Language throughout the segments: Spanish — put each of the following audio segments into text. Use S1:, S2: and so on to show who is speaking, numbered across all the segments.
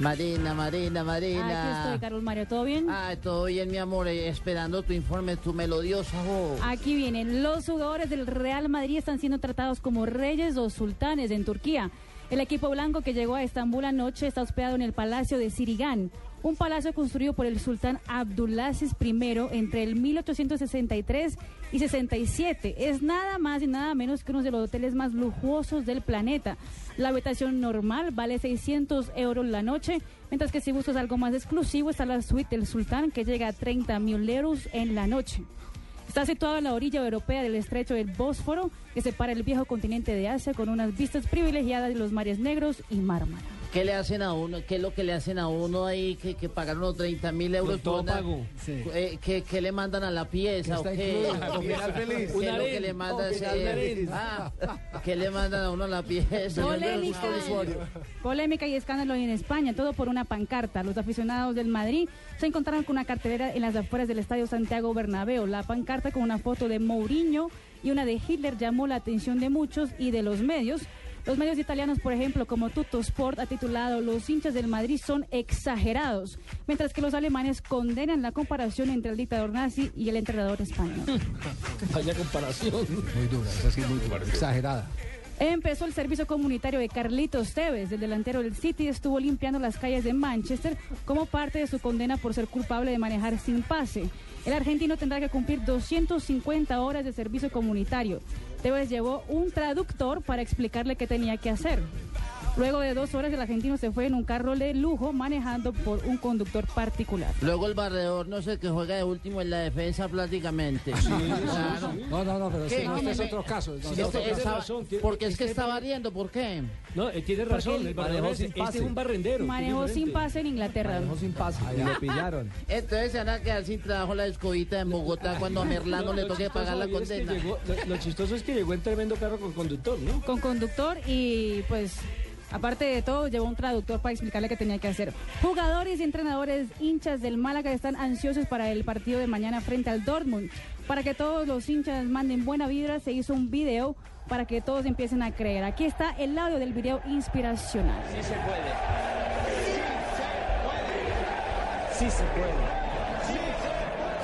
S1: Marina, Marina,
S2: Aquí
S1: Marina.
S2: estoy, Carlos Mario, ¿todo bien?
S1: Ah, todo bien, mi amor, eh, esperando tu informe, tu melodiosa voz.
S2: Aquí vienen, los jugadores del Real Madrid están siendo tratados como reyes o sultanes en Turquía. El equipo blanco que llegó a Estambul anoche está hospedado en el Palacio de Sirigán, un palacio construido por el sultán Abdulaziz I entre el 1863 y 67. Es nada más y nada menos que uno de los hoteles más lujosos del planeta. La habitación normal vale 600 euros la noche, mientras que si buscas algo más exclusivo está la suite del sultán que llega a 30 mil euros en la noche. Está situado en la orilla europea del estrecho del Bósforo, que separa el viejo continente de Asia con unas vistas privilegiadas de los mares negros y Mármara.
S1: ¿Qué le hacen a uno? ¿Qué es lo que le hacen a uno ahí que, que pagan unos 30 mil euros?
S3: Con todo
S1: por una-
S3: pago. Sí.
S1: Eh, ¿qué, qué le mandan a la pieza? o qué?
S3: feliz.
S1: ¿Qué es lo que le mandan?
S3: final
S1: sí?
S3: feliz.
S1: Ah, ¿Qué le mandan a uno a la pieza?
S2: Polémica. Polémica y escándalo en España, todo por una pancarta. Los aficionados del Madrid se encontraron con una cartelera en las afueras del Estadio Santiago Bernabéu. La pancarta con una foto de Mourinho y una de Hitler llamó la atención de muchos y de los medios. Los medios italianos, por ejemplo, como Tutto Sport, ha titulado Los hinchas del Madrid son exagerados, mientras que los alemanes condenan la comparación entre el dictador nazi y el entrenador español.
S3: Vaya comparación. Muy dura, esa sí es muy dura. Exagerada.
S2: Empezó el servicio comunitario de Carlitos Tevez, el delantero del City, estuvo limpiando las calles de Manchester como parte de su condena por ser culpable de manejar sin pase. El argentino tendrá que cumplir 250 horas de servicio comunitario. Tevez llevó un traductor para explicarle qué tenía que hacer. Luego de dos horas, el argentino se fue en un carro de lujo manejando por un conductor particular.
S1: Luego el barredor, no sé, que juega de último en la defensa prácticamente. Claro.
S4: No, no, no, pero
S1: ¿Qué?
S4: este, no, este es otro caso. No,
S1: Sí,
S4: no,
S1: este-
S4: otro
S3: tiene
S1: estaba-
S3: razón, tiene-
S1: porque es que
S3: es que-
S4: este
S1: estaba riendo, ¿por qué?
S3: No, eh, tiene razón. El barrendero
S4: manejó
S3: es,
S4: sin
S3: este
S4: pase.
S3: es un barrendero.
S2: Manejó
S3: es
S2: sin
S3: diferente.
S2: pase en Inglaterra.
S4: caso. sin pase. Y lo pillaron.
S1: Entonces se van a quedar sin trabajo la escobita en Bogotá cuando a Merlano
S3: Lo-
S1: le
S3: lo
S1: toque
S3: chistoso
S1: pagar la
S3: hoy es que
S1: condena.
S3: llegó- lo, lo chistoso es que llegó en tremendo carro con conductor, ¿no?
S2: con conductor y pues aparte de todo llevó un traductor para explicarle qué tenía que hacer. Jugadores y entrenadores hinchas del Málaga están ansiosos para el partido de mañana frente al Dortmund. Para que todos los hinchas manden buena vibra se hizo un video para que todos empiecen a creer. Aquí está el audio del video inspiracional.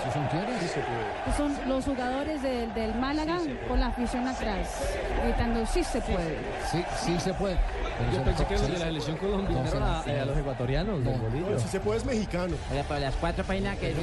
S4: ¿Eso son quiénes?
S2: Son los jugadores del, del Málaga con la afición atrás gritando sí se puede.
S4: Sí, sí se puede. Pero
S3: Yo
S4: se-
S3: pensé que
S4: se-
S3: los de la selección Colombia.
S4: no, se- sí, no.
S3: ecuatorianos,
S4: del bolillo.
S5: No, si se puede es mexicano.
S1: Oiga, pero las cuatro páginas que... O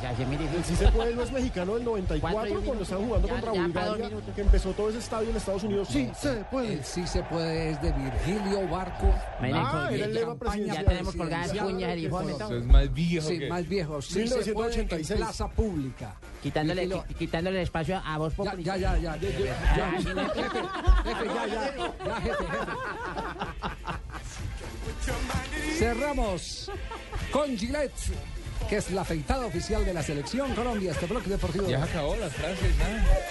S1: sea, se mire,
S5: El si se puede no es mexicano del 94
S1: Cuatro y un minuto.
S5: cuando estaban jugando
S1: Ya-
S5: contra
S1: ya para dos
S5: Bulgaria,
S1: minutos.
S5: que empezó todo ese estadio en Estados Unidos. Sí, se puede.
S4: El Eh, sí se puede es de Virgilio Barco.
S1: Mire,
S5: Ah,
S1: con-
S5: era el lema
S1: ya-
S5: presidencial.
S1: Ya tenemos colgadas puñas el hijo de
S4: Eso
S1: puta.
S4: es
S6: más viejo
S4: Sí, más viejo. Sí se puede en
S5: 1986.
S4: plaza pública.
S1: Quitándole,
S4: Virgilio-
S1: qui- quitándole el espacio a vos,
S4: Ya, ya, ya, ya. Jefe,
S1: Ah,
S4: ya, jefe, jefe, ya, ya. Ya, jefe, jefe. Cerramos con Gillette, que es la afeitada oficial de la selección Colombia, este bloque deportivo.
S6: Ya se acabó las frases, nada.